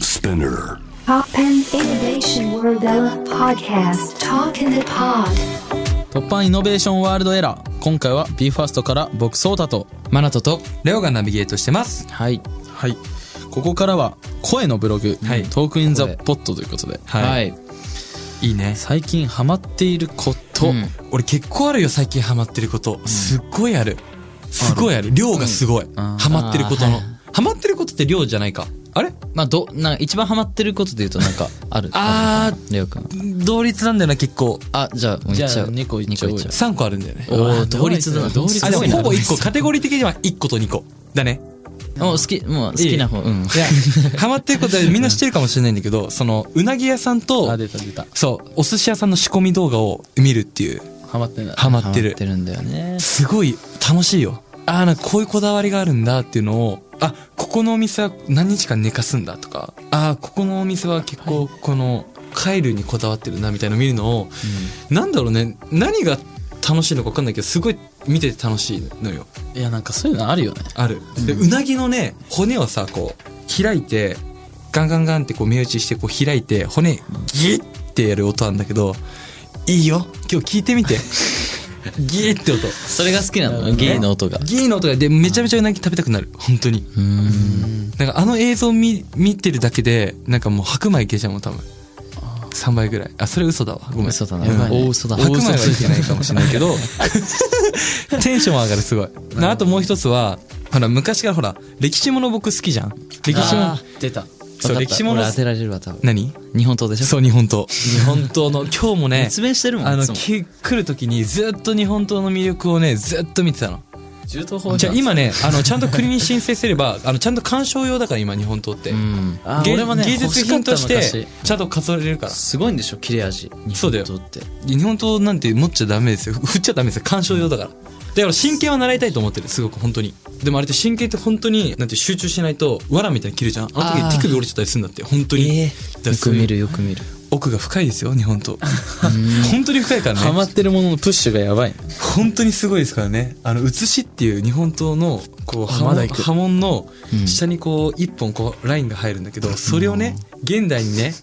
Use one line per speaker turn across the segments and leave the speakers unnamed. Spinner.
Poppin' Innovation World of Podcast Talking the Pod
突破イノベーションワールドエラー今回は BE:FIRST から僕ソータと
マナトとレオがナビゲートしてます。
はい。
はいここからは声のブログ、
はい
トークインザポットということで、
は。
はいい。
いいね。
最近ハマっていること、
うん
俺結構あるよ、最近ハマってること。すっごいある。すごいある。量がすごい。
あー
ハマってること
あ
の
ーはい。
ハマってることって量じゃないか。あれ
まあ、ど、なんか一番ハマってることで言うとなんかある。
あ
ー。レオ君。
ー、同率なんだよな、結構。
あ、じゃあもう言っちゃう。
じゃあ二個言っちゃおうよ
二個
3個あるんだよね。
おー同率だな。
同率
あ、でも
すごいな
ほぼ1個。カテゴリー的には1個と2個。だね。
もう好き、もう好きな方。うん。
いや、ハマってることはみんな知ってるかもしれないんだけど、その、うなぎ屋さん
あ
と、
出た出た
そう、お寿司屋さんの仕込み動画を見るっていう、
ハマってない
ハマって
ハマ
る
っ。てるんだよね。
すごい楽しいよ。ああ、なんかこういうこだわりがあるんだっていうのを、あ、ここのお店は何日間寝かすんだとか、ああ、ここのお店は結構この、貝類にこだわってるなみたいなの見るのを、なんだろうね、何が楽しいのか分かんないけど、すごい見てて楽しいのよ。
いやなんかそういうのあるよね
ある。で、うなぎのね、骨をさ、こう、開いて、ガンガンガンってこう目打ちしてこう開いて、骨、ギッってやる音なんだけど、いいよ。今日聞いてみ て。ギーって音。
それが好きなのゲイの音が。
ギーの音がでめちゃめちゃうなぎ食べたくなる本当に
うーん。
なんかあの映像見見てるだけでなんかもう白米いけちゃうもん多分3倍ぐらいあそれ嘘だわごめん
嘘だな
やばいね
大嘘だ
白米
大嘘
は
つ
い
い
け
て
な
ない
いかもしれないけど テンション上がるすごいなあともう一つはほら昔からほら歴史もの僕好きじゃん歴史もの
あ出た。
そう歴史もの
俺当てられるわ、多分。
何
日本刀でしょ
そう日本刀日本刀の今日もね
熱弁してるもん。
あの
いつも
き来る時にずっと日本刀の魅力をねずっと見てたの
銃刀法
じゃあ今ねあのちゃんと国に申請すれば あのちゃんと鑑賞用だから今日本刀って、
うん。
あ
芸
俺もね
芸術品とし
欲しかった
て
昔
ちゃんと飾れるから
すごいんでしょ、切れ味。
そうだよ
日本刀って。
日本刀なんて持っちゃダメですよ振っちゃダメですよ鑑賞用だからだから真剣は習いたいと思ってるすごく本当にでもあれって真剣って本当になんて集中しないと藁みたいに切るじゃんあの
あー
時手首折れちゃったりするんだって本当に、
え
だから
よ
そ
く
ういう
見る、よく見る。
奥が深いですよ日本 刀 本当に深いからね
ハマってるもののプッシュがやばい
本当にすごいですからねあの写しっていう日本刀のこう
あ
波
まだ
紋
いく
波紋の
うん
下にこう一本こうラインが入るんだけど、それをね現代にね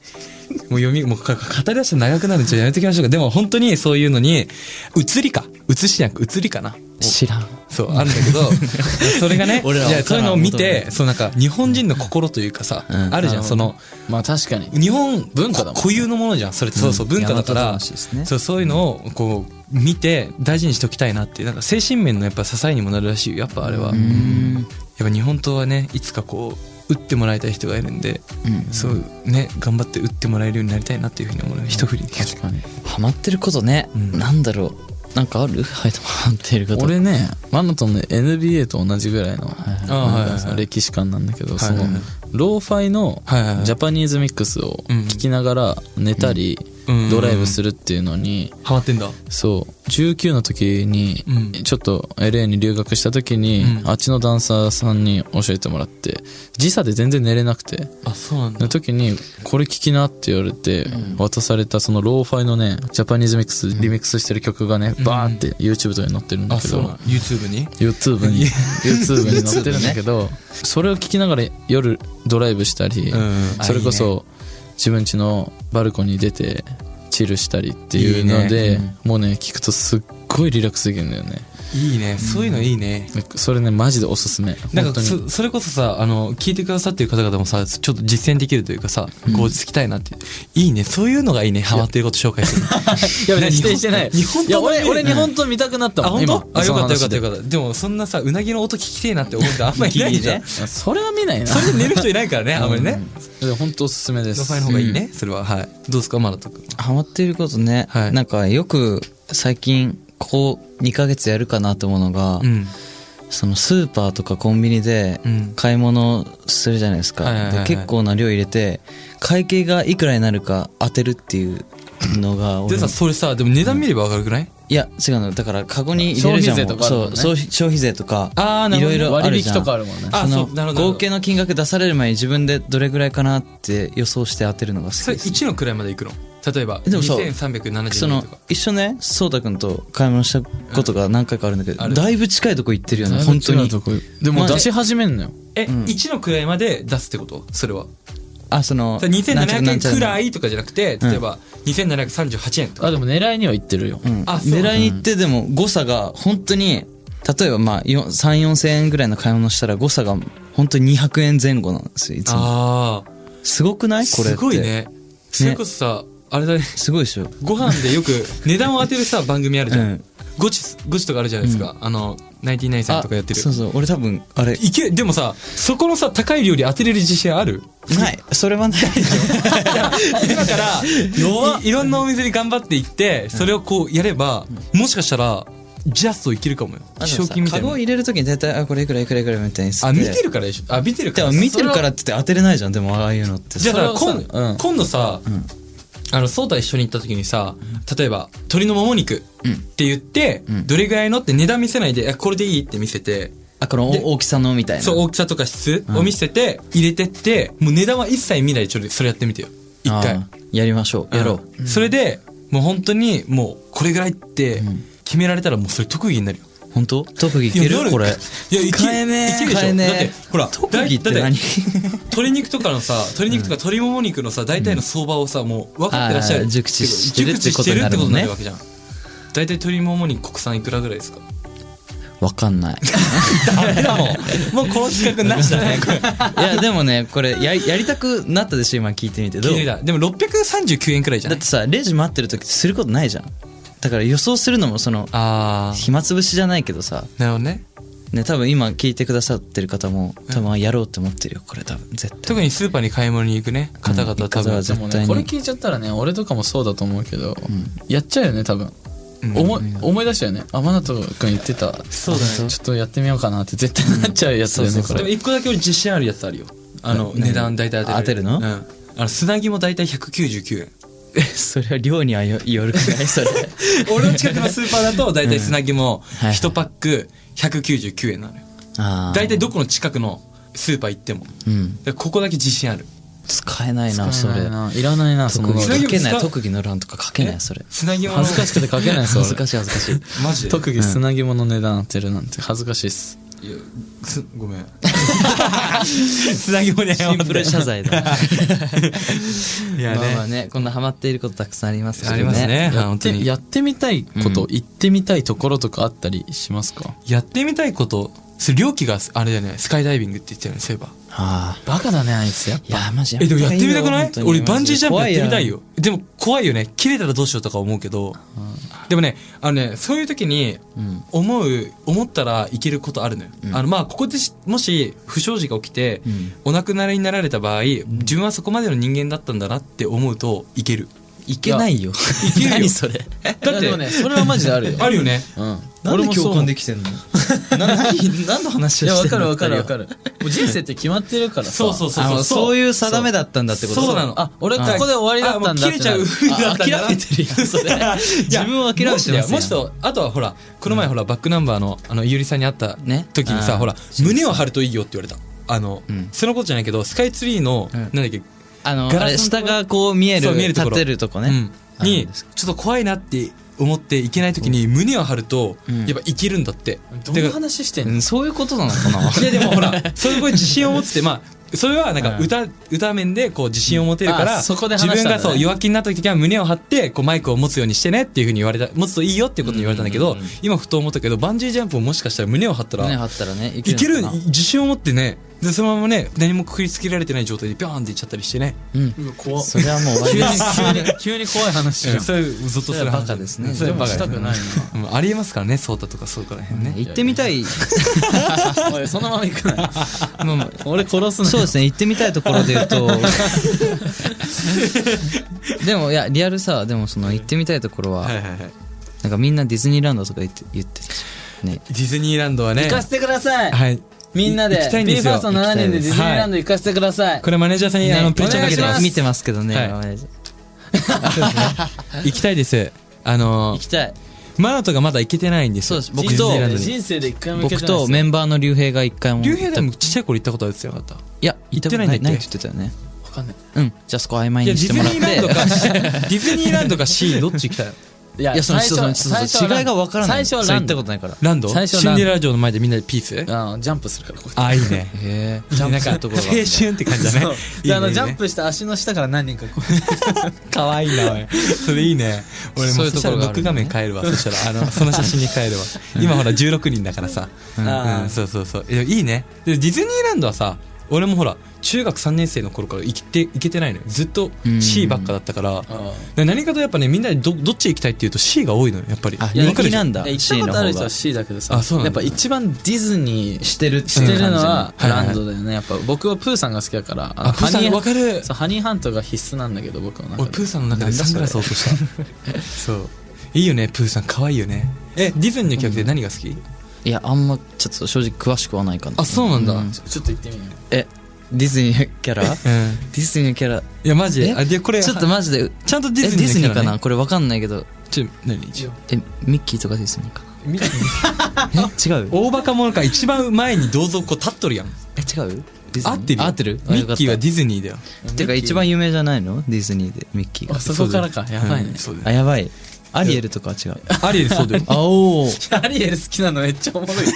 もう読みもうかか語り出したら長くなるんじゃやめときましょうかでも本当にそういうのに写りか写しじゃなく写りかな
知らん。
そうあるんだけどそれがね
俺らはい
やそういうのを見
わからんこと
てそうなんか日本人の心というかさ、
ん
あるじゃ
なるほど
んその
まあ確かに
日本文
化だもん
固有のものじゃんそれってそうそう文化だから、
大和魂ですね
そうそういうのをこう見て大事にしておきたいなっていうなんか精神面のやっぱ支えにもなるらしいよやっぱあれはやっ
うん。
ぱ日本刀はねいつかこう打ってもらいたい人がいるんで、
うん
そうね頑張って打ってもらえるようになりたいなっていうふうに思う一振りに
確かにハマってることね、
うん
なんだろうなんかあるはいハマってること
俺ねマナトンの NBA と同じぐらいの
い
あはいは
な
い
んかその歴史観なんだけど、
いはいはい
そのローファイの
はいはいはい
ジャパニーズミックスを聞きながら寝たり、
うん
ドライブするっていうのに、
ハマってんだ
そう19の時に、
うん
ちょっと LA に留学した時に、
うん
あっちのダンサーさんに教えてもらって時差で全然寝れなくて
あそうなんだ
の時にこれ聞きなって言われて渡されたそのローファイのねジャパニーズミックスリミックスしてる曲がねバーって YouTube とかに載ってるんだ
あ
け
そう
ど、
なんだ YouTube に
YouTube に YouTube に載ってるんだけど、それを聞きながら夜ドライブしたり、
うん
それこ
あいい
そ自分家のバルコニー出てチルしたりっていうので
いい
もうね聞くとすっごいリラックスできるんだよね
いいねそういうのいいね、
それねマジでおすすめ
なん
本
か
当に
そそれこそさあの聞いてくださってる方々もさちょっと実践できるというかさこうつきたいなって、いいねそういうのがいいねハマってること紹介する
いや
ね
否定してない
日本
いや
日本刀
俺
の
俺日本刀見たくなった
あ
もん
本
今
当あよかったよかったよ
っ
かったでもそんなさうなぎの音聞きてえなって思ってあんま りいないじゃん、
たそれは見ないな
それで寝る人いないからねあんまりね
うんいや本当おすすめで
ロ
す
ファイの方がいいねそれははいどうですかマナト君
ハマってることね、
はい
なんかよく最近ここ2ヶ月やるかなと思うのが、
ん
そのスーパーとかコンビニで
うん
買い物するじゃないですか、
はいはいはいはい
で結構な量入れて会計がいくらになるか当てるっていうのが俺
でさそれさでも値段見ればわかるくない、
いや違うのだからカゴに入れるじゃん
消費税とかあるもんね
そう消費消費税とか
あーないるほ
ろ
ど
い
ね
ろある
割
じゃ
引
ん
とかあるもんね
あ
その
そうなるほどなるほど
合計の金額出される前に自分でどれぐらいかなって予想して当てるのが好き
それ
です
1の位までいくの例えば
でもそうそ
2372円
の
とか
一緒ね颯太君と買い物したことが何回かあるんだけど、
ある
だいぶ近いとこ行ってるよね
だいぶ
本当
違う
に
とこでも出し始めんのよ
え、一1の位まで出すってことそれは
あその
だから2700円くら
い
いとかじゃなくて例えば2738円とか、
あ、でも狙いには行ってるよ。
あそう
狙いに行ってでも誤差が本当に例えばまあ34000円ぐらいの買い物したら誤差が本当に200円前後なんですよいつも
ああ
すごくないこれって
すごいねそれこそさあれだね
すごいでしょ
ご飯でよ く値段を当てるさ番組あるじゃ
うんん
ゴチゴチとかあるじゃないですかあのナインティナインさんとかやってる
そうそう俺多分あれ
いけでもさそこのさ高い料理当てれる自信ある
ないそれはない
だからいいろんなお店に頑張って行ってそれをこうやればもしかしたらジャストいけるかもよ 賞金みたい
カ
な
ゴ入れるときに大体あこれいくらいくらいくらみたいに
あ見て
る
るからでしょあ見てるか
で
ら
も見てるからって言って当てれないじゃんでもああいうのって
じゃあだから
それは
今,、
さうん
今度さ、あの、ソータ一緒に行った時にさ、例えば、鶏のもも肉って言って、どれぐらいのって値段見せないで、あこれでいいって見せて、
あこの
で
お大きさのみたいな
そう、大きさとか質を見せて、入れてって、もう値段は一切見ないでちょっとそれやってみてよ。一回
あ。ーやりましょうやろう、
うんそれで、もう本当に、もう、これぐらいって、決められたらもうそれ特技になるよ。
本当特技いけ
や
るこれ
いや、いけ
使えねえ
いけるでし
使
ょ。
えね
だ
え
って、ほら、
特技って
だだ
何
鶏肉とかのさ鶏肉とか鶏もも肉のさ大体の相場をさもう分かってらっしゃ
あ
る
ー熟知してる
熟知してるっ
ってて
こ
こ
に
とと
な
にな
る
る
わ
も
けじゃん大体鶏もも肉国産いくらぐらいですか
わかんない
もうこの企画なしだ ねこれ
いやでもねこれややりたくなったでしょ今聞いてみてどう
聞いてたでも639円くらいじゃな
だっ
い
てさレジ待ってる時ってすることないじゃんだから予想するのもその
ああ
暇つぶしじゃないけどさ
なるほどね
ね多分今聞いてくださってる方も多分やろうって思ってるよこれ多分絶対
特にスーパーに買い物に行くね方々は多
うん
分
行く
で
方
も
絶
ね
対に
これ聞いちゃったらね俺とかもそうだと思うけど、やっちゃうよね多分、
うん
思い思い出したよねあマナト君言ってた
そうだね
あちょっとやってみようかなって絶対なっちゃうやつだよね、こ
でも
れ
一個だけ俺自信あるやつあるよあの
な
値段大体当てる
当てるの
うんあの砂肝大体199円
それは量にはよ よるくないそれ
俺の近くのスーパーだと大体砂肝
いはい
1パック199円なのよ
ああ
大体どこの近くのスーパー行っても
うん
でここだけ自信ある
使えないなそ
使え
れ
ないないらないなその
特
能
技
それ
力
書けな
そ
い
れ
特技の欄とか書けないそれ
砂肝の
恥ずかしくて書けないです
恥ず
俺
かしい恥ずかしい
マジで
特技砂肝の値段当てるなんて恥ずかしいっす
いやすごめん砂肝に謝
シンプル謝
っ
罪だ
いや
まあまあ
ね
ねこんなハマっていることたくさんありますけど
ありますね
や
本
っ
当
て
に
やってみたいこと、
うん
行ってみたいところとかあったりしますか
やってみたいことそれ、りょうきがあれだよねスカイダイビングって言ってるねそういえば
ああ
バカだねあいつやっ
いやマジ
えでもやってみたくな
本
い
当に
俺バンジージャンプやってみたい
怖
よでも怖いよね切れたらどうしようとか思うけど、でもねあのねそういう時に
ん
思う思ったらいけることあるのよ、あのまあここでしもし不祥事が起きて、
ん
お亡くなりになられた場合自分はそこまでの人間だったんだなって思うといける
いけないよ
いけるよ
何それ
だっ
いや
て
でもねそれはマジであるよ
あるよね
うん
なんで共
思う
感できてんのな何何の話
いや、
をし
わ
て
か
ん
る
の
わかるわ
る
かる。もう人生って決まってるからさ。
そうそうそうそう
そう
う
いう定めだったんだってこと
そうなの
あ、俺ここで終わりだったんだ
あもう切れちゃう風だったんだな
あ諦めてるよそれ 自分を諦めてます
い
や
や
ん
もしとあとはほらこの前ほら、バックナンバーのあのゆりさんに会った
ね
時にさ、
あー
ほら
そう
胸を張るといいよって言われたあの、
ん
そのことじゃないけどスカイツリーの、
うん
なんだっけ
あの
ガ
あ
ラスの
れ下がこう見え
そう
る
見えるとこ
立
ろ
てるとこね、
うん、にちょっと怖いなって思っていけない時に胸を張ると、
ん
やっぱいけるんだって
どういう
だから
話してん
う
の
ん、そういうことなのかな
いやでもほらそういう自信を持つってまあそれはなんか
うん
歌,、歌面でこう自信を持てるから、
あそこで話
自
したんだね
分がそう弱気になった時は胸を張ってこうマイクを持つようにしてねっていうふうに言われた持つといいよっていうことに言われたんだけど、
うんうんうん
今ふと思ったけどバンジージャンプももしかしたら胸を張ったら、
胸張ったら ねい
いける
のかな
自信を持ってねでそのままね何もくくりつけられてない状態でビョーンっていっちゃったりしてね、
うん
うわ怖っ
それはもう終わ
急
り
に
です
急に、急に怖い話じゃん。
そういうゾッとする話
それはバカですね
それはバカ
でもしたくない
な、うんありえますからねソータとかそうからへんね、
行ってみたい
おいそのまま行くな。
まあまあ
俺殺す
そう
の
ですね行ってみたいところで言 うとでもいやリアルさでもその行ってみたいところは、
はいはいはい
なんかみんなディズニーランドとか言って言ってたしね
ディズニーランドはね
行かせてください
はい
みんなで
行きたいん
b
で
フ
す
ァ
よ
ースト7人でディズニーランド行かせてください
これマネージャーさんに、あのプレッシャーかけてます
見てますけどね、
は
行
行きたいですあの
きたい
マナトがまだ行けてないんですよ
そうです僕
ディズ
と
ニーランドに
人生で一回も行け
僕
てない
とメンバーの竜兵が一回も
竜兵で
い
もちっちゃい頃行ったことあるんですよかった
や行ったことない
行ってないんだっけ
って言ってたよね
わかんない
うんじゃあそこ曖昧
いや
に
デ
し
ィズ
て
ニ
もら
ー
っ
ランド
て
かディズニーランドか C どっち行きたいの
いや
いやその
最初
そのそ
最
の
初はラン
違いが分からない
最初は
それ
ラン
言った
ド
ことないから
ランド
最初ランド
シンデレラ城の前でみんなでピース
あのジャンプするからこうやって
ああいいね
へえ
ジャンプす
な
る
んか
と
青
ころがあるんだ
春って感じだね
そう
いい
であの
ね
ジャンプした足の下から何人かこう
かわいいなおい それいいね俺
そ
も
う
う
いう
そ
と
した
こ
らロッ
ろがある
ク
ん
画
だね
面変えるわそしたらあのその写真に変えるわ今ほら16人だからさ
ん
うんそうそうそういやいいねでディズニーランドはさ俺もほら中学3年生の頃から行って行けてないのよずっと C ばっかだったからで何かとやっぱねみんなでどどっち行きたいっていうと C が多いのよやっぱり
あ
いや
人気なんだ
いや行ったことある人は C だけどさ
あそうなん
やっ
だ
ぱ一番ディズニーし
してる
してるのは
うん
ランドだよねやっぱ僕はプーさんが好きだからあの
あプーさん
ハニ
わかる
そうハニーハントが必須なんだけど僕の中
俺
で
プーさんの中でサングラス落としたそういいよねプーさん可愛いよねえディズニーの曲で何が好き
いやあんまちょっと正直詳しくはないかな
あそうなんだうん
ちょちょっと行ってみよう
えディズニーの キャラディズニーのキャラ
いやマジで
え
あでこれ
ちょっとマジで
ちゃんとデ
えデ
ィ
ィ
ズニーのキ
ズ
ャ
ニー
ラ
か
ね
なこれわかんないけど
ちょ何一応
えミッキーとかディズニーか
み
え違う
大バカ者か一番前に銅像こう立っとるやん
え違うディズニー
合ってる
合ってる
ミッキーはディズニーだよ
ィてか一番有名じゃないのディズニーでミッキーが
あそこからかやばいね
うんそうだよ
あやばいアリエルとかは違う
アリエルそうだよ
あおお
アリエル好きなのめっちゃおもろい
い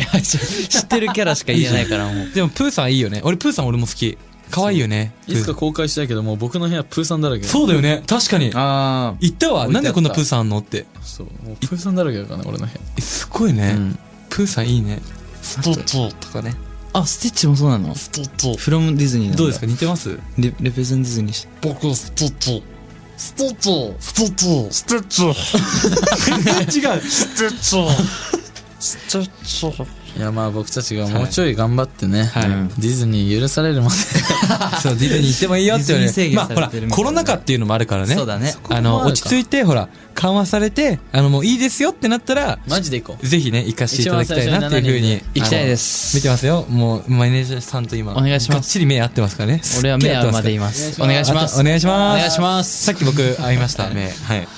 やちょ知ってるキャラしか言えないからもう
でもプーさんいいよね俺プーさん俺も好き可愛いよね
いつか公開したいけどもう僕の部屋プーさんだらけ
そうだよね確かに
あ
言ったわ
置いて
な
あった
んでこんなプーさんあんのって
そうもうプーさんだらけだからね俺の部屋
えすごいね、
うん
プーさんいいねストットとかね
ああスティッチもそうなの
ストッ
フロムディズニーなんだ
どうですか似てます
レレペゼンディズニーし
僕はストットストットストットストット違うストット
ちょちょ
いやまあ僕たちがもうちょい頑張ってね、
はい
うんディズニー許されるまで
そう、ディズニー行ってもいいよって言われ
ディズ
て。
ニー制限
まあ、
され
ほ
て
ら
るみたいな、
コロナ禍っていうのもあるからね。
そうだね
あ
そこ
の、
もある
落
か
ち着いて、ほら、緩和されて、あの、もういいですよってなったら、
マジで行こう
ぜひね、行かせていただきたいなっていうふうに。。
行きたいですす
見てますよ。もう、マネージャーさんと今。
お願いします
がっちり目合ってますからね。
俺は目合うまでい
今。
ます
お
お
願
願
い
い
し
し
ま
ますす
お願いします
お願いします
さっき僕、会いました、目。はい。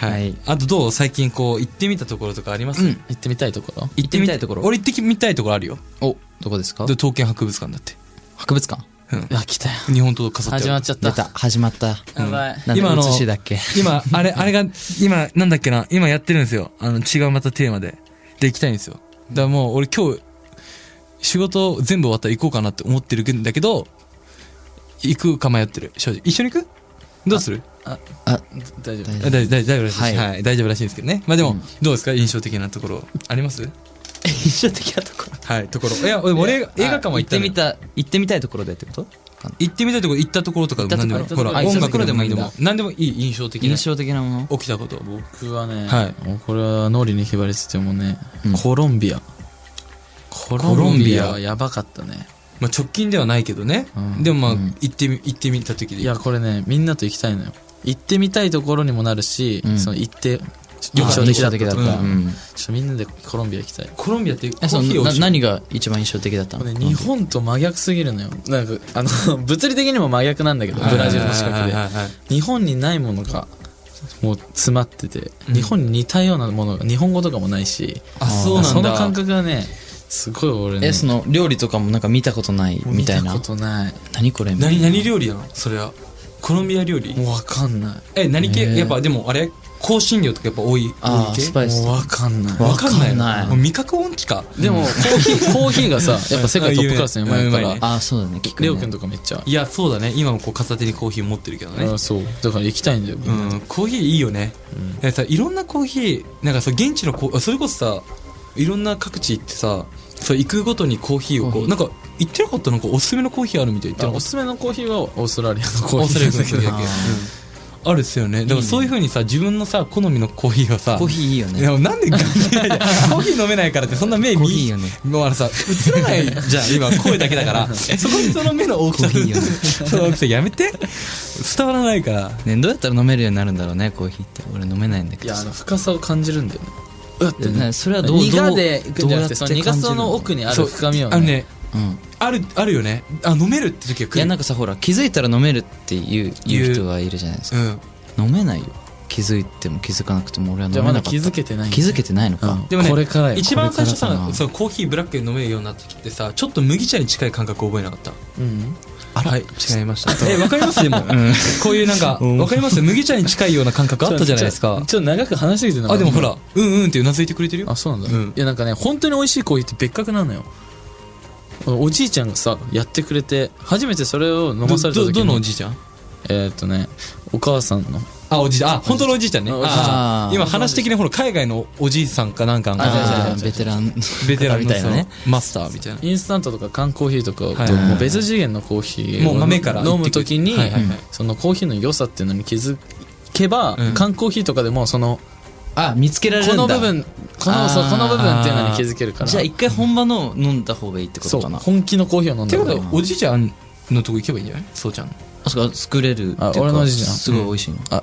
はい
はい
あと、どう最近、こう、行ってみたところとかあります
うん
行ってみたいところ
行ってみたいところ
俺行ってみたいところあるよ。
おどこですか
で刀剣博物館だって。
博物館
あ来たよ
日本刀飾ってある。
始まっちゃった
出た始まった
やばい
なん
今あの
で写しだっけ
今、あれ、あれが、今、なんだっけな、今やってるんですよ。あの、違うまたテーマで。で、行きたいんですよ。だからもう、俺今日、仕事全部終わったら行こうかなって思ってるんだけど、行くか迷ってる、正直。一緒に行くどうする
あ
大丈夫
あ大大大丈夫らしいです、
はい
はい。大丈夫らしいんですけどね。まあでも、どうですか印象的なところ。あります
一緒的なところ
はい、ところ。いや、俺俺映画映画館は行
行
っ
ったて
のよ
みた行ってみたいところでってこと
行ってみたいところ、行ったところとかでも何でも
行ったと
ほ
ころ
ら、
あ行っ
音
たと
楽
ころ
で
で
も
も
いいん
いいんだ
でも、何でもいい印象的な。
印象的なもの
起きたこと。
僕はね、
は
もうこれは脳裏にひばりついてもね、
うん
コロンビアコ
ロンビア
はやばかったね
まあ、直近ではないけどね、
うん
でもまあ、
うん
行ってみ行ってみた時で
いやこれねみんなと行きたいのよ行ってみたいところにもなるし、
うん
その行って
印
印
象
象的だったとこ
印象的だ
ろ
った
う
うん
ちょっとみんなでコロンビア行きたい
コロンビアってコ
えそ
ーヒー
の
を
な何が一番印象的だった
こ
の
れね日本と真逆すぎるのよなんかあの 物理的にも真逆なんだけどブラジルの近くで日本にないものがもう詰まってて、
うん
日本に似たようなものが日本語とかもないし
あそうなんだ
その感覚がねすごい俺ね
えその料理とかもなんか見たことないみたいな
見たことない
何これみたい
何
な
何料理なのそれはコロンビア料理
もうわかんない
え何系
えー
やっぱでもあれ香辛料とかやっぱ多い
あー
多い系
スパイス
もうわかんない
わ
わかんない
わかんない
もう味覚音痴か
でもコーヒーコーヒーがさやっぱ世界トップクラスにうまいか
うんう
ら
まいね
あそうだね聞く
レオくん
ね
とかめっちゃ
いやそうだね今もこう片手にコーヒー持ってるけどね
あそうだから行きたいんだよみんな
うん、コーヒーいいよね、えさいろんなコーヒーなんかさ現地のコーそれこそさいろんな各地行ってさそう行くごとにコーヒーをこ
コー
う
ヒ
な
ー
んか行ってなかったなんかおすすめのコーヒーあるみたい言って
で
な
もお
かった
すすめのコーヒーはオーストラリアのコー
オース
ヒ
ト
ー
ラリア
なんだけど
のコーヒあるっすよねだからそういうふうにさ自分のさ好みのコーヒーをさ
コーヒーいいよ
いや
ね
なんでコーヒー飲めないからってそんな目見
コーヒーいいよね
もうあのさ映らないじゃん今声だけだから そこにその目の大きさ
コーヒーいいよね
その大きさやめて伝わらないから
ねどうやったら飲めるようになるんだろうねコーヒーって俺飲めないんだけ
いや
ど
あ
さ
の深さを感じるんだよねうわっ
で
てね
ねそれはどう
苦で
ど
いうくんじゃなくてそうの
どや
苦
って感じる
さの奥にある深みを
あのね
うん
あるあるよねあ飲めるって時はい来
や
る
なんかさほら気づいたら飲めるっていう言う人がいるじゃないですか
うん
飲めないよ気づいても気づかなくても俺は飲
じゃ
め
あ
な
ま
か
だ
っ
気
た
づけてないんだ
気づけてないのか、
うん
でもね
これからよ
一番最初
これ
さ
からかな
そうコーヒーブラックで飲めるようになってきてさちょっと麦茶に近い感覚覚えなかった
うん
あら、はい、違いました。
と
え、わかります でも、こういうなんか、わかります麦茶に近いような感覚あったじゃないです
ちょ
か。
ちょっと長く話しすぎて なか
あ、
った
でもほら、うんうんってうなずいてくれてるよ
あ。そうなんだ、
うん
いやなんかね本当に美味しいコーヒーって別格なのよおじいちゃんがさやってくれて初めてそれを飲まされた時
ど、
に
どのおじいちゃん
えーっ、とねお母さんの
あ、おじいちゃん。あ、本当のおじいちゃんね。
あ
あー
おじいちゃん
今話的にほら、海外のおじいさんかなんかが
あーベテラン
ベテランの
みたいなね
そのマスターみたいな。
インスタントとか缶コーヒーとか
はい
ともう別次元のコーヒーを
もう豆から
飲む時に、
はいはいはい
そのコーヒーの良さっていうのに気づけば、
うん
缶コーヒーとかでもその
あ見つけられる
こ
んだ
の部分この
あー
そうこの部分っていうのに気づけるから
じゃあ一回本場の飲んだ方がいいってこと
そう
かな
本気のコーヒーを飲ん
って
だ
こ
方
と
がいい
は、おじいちゃんのとこ行けばいいんじゃないそうちゃんの。
あそこ作れるっていうか
あ俺の味じゃん
すごい美味しいの
ああ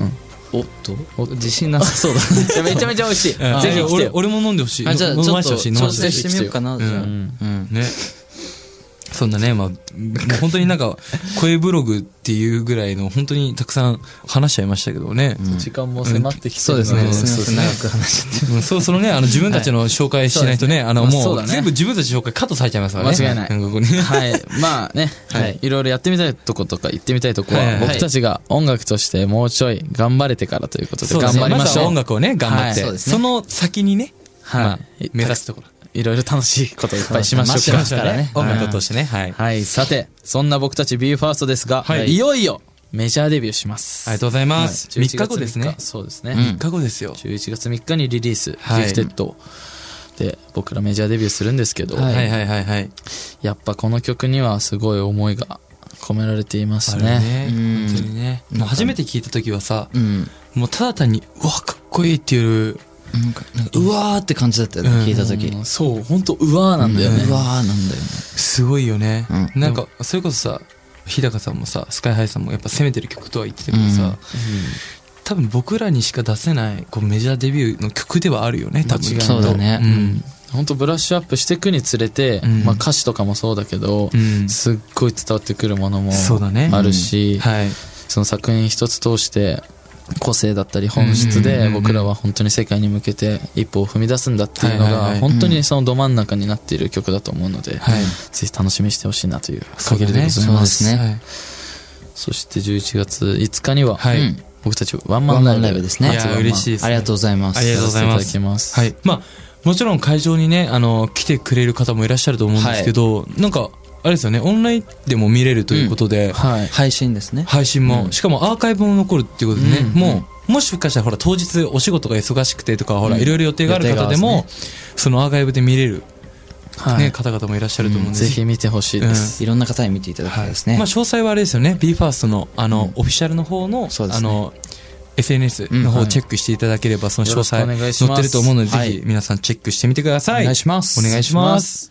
うん
おっと自信なさそうだね
いやめちゃめちゃ美味しいぜ
あ
ー
ひ来て
俺
よ
俺も飲んでほしい。
あじゃあ
飲
ち
飲
ょ
ま
っ
して
と
ほしい。飲
調
まして
整
ほ
し
しい。
てみようかなじゃあうん
ね。そんなね、まあ、もう本当にな んか、声ブログっていうぐらいの、本当にたくさん話しちゃいましたけどね。
時間も迫ってきて
そう
る
で
の
すね
そうですす
み
ね
ません長く話しちゃって
うんそう、そのね、あの、自分たちの紹介しないとね、あの、
まあ
も
そう
う、
だね
全部自分たちの紹介カットされちゃいますからね。
間違いない
んかここに。
はい、まあね、
はい
い、ろいろやってみたいとことか行ってみたいとこは、
はい
僕たちが音楽としてもうちょい頑張れてからということで
そうで
頑
すね
張りまし
ずは
ょう。
音楽をね、頑張って。
はいそうですね
その先にね、
はい
まあ目指すところ。
いろいろ楽しいこといっぱいしま
そう
し
です
ょうか。
ねますからね
音楽としてね、はい。あ
はい、さて、そんな僕たち BE:FIRST ですが、
はい
い、よいよメジャーデビューします。
りがとうございます。
はい
3日後です
11
ね
月3日。そうですね。
うん
3日後ですよ。
11月3日にリリース、
はい
ギフテッドで僕らメジャーデビューするんですけど、
はいはいはいはい。
やっぱこの曲にはすごい思いが込められています
あれ
ね。
ね。
うん
本当にね。もう初めて聞いた時はさ、
うん
もうただ単に、うわ、かっこいいっていう、
なんかなんかうわーって感じだったよね
うん
聞いた時
うんそう、本当うわーなんだよね。
うわーなんだよね
すごいよね。
う
なんか、それこそさ、日高さんもさ、スカイハイさんもやっぱ攻めてる曲とは言ってたけどさ、
うん
多分僕らにしか出せないこうメジャーデビューの曲ではあるよね、多分
間違いない
そうだね
うん。
本当ブラッシュアップしていくにつれて、
うん
まあ、歌詞とかもそうだけど、
うん
すっごい伝わってくるものも
そうだね
あるしそ,、
はい。
の作品一つ通して個性だったり本質
うんうんうん
で
うん
僕らは本当に世界に向けて一歩を踏み出すんだっていうの
はいはいは
が
い
本当にそのど真ん中になっている曲だと思うので、
はい
ぜひ楽しみにしてほしいなという
そう
限
だ
りで
ね
ございますそ
そうですね
はい
して11月5日には、
はい
うん
僕たちワンマンライ
ワンマンライ
ブ
ブですね
いや
初ワンマン
嬉しいですね
ありがとうございます
ありがとうござい
やらせていただきます
はい。まあ、もちろん会場にね、あの、来てくれる方もいらっしゃると思うんですけど、なんか、あれですよね、オンラインでも見れるということで、
はい
配信ですね
配信も、しかもアーカイブも残るっていうことでね、
うん
もう、もしかしたらほら当日お仕事が忙しくてとか、ほら、
うん
いろいろ予定がある方で
予定が合
も、
わ
そのアーカイブで見れる、
はい
ね、方々もいらっしゃると思うんで、
ぜひ見てほしいです、
いろんな方に見ていただきたいですね
まあ、詳細はあれですよね BE:FIRST のあの、オフィシャルの方の,、
そうで
あ
すね
の SNS の方をチェックしていただければ、その詳細
よろしくお願いします
載ってると思うので、
はい
ぜひ皆さんチェックしてみてください
お願いします
お願いします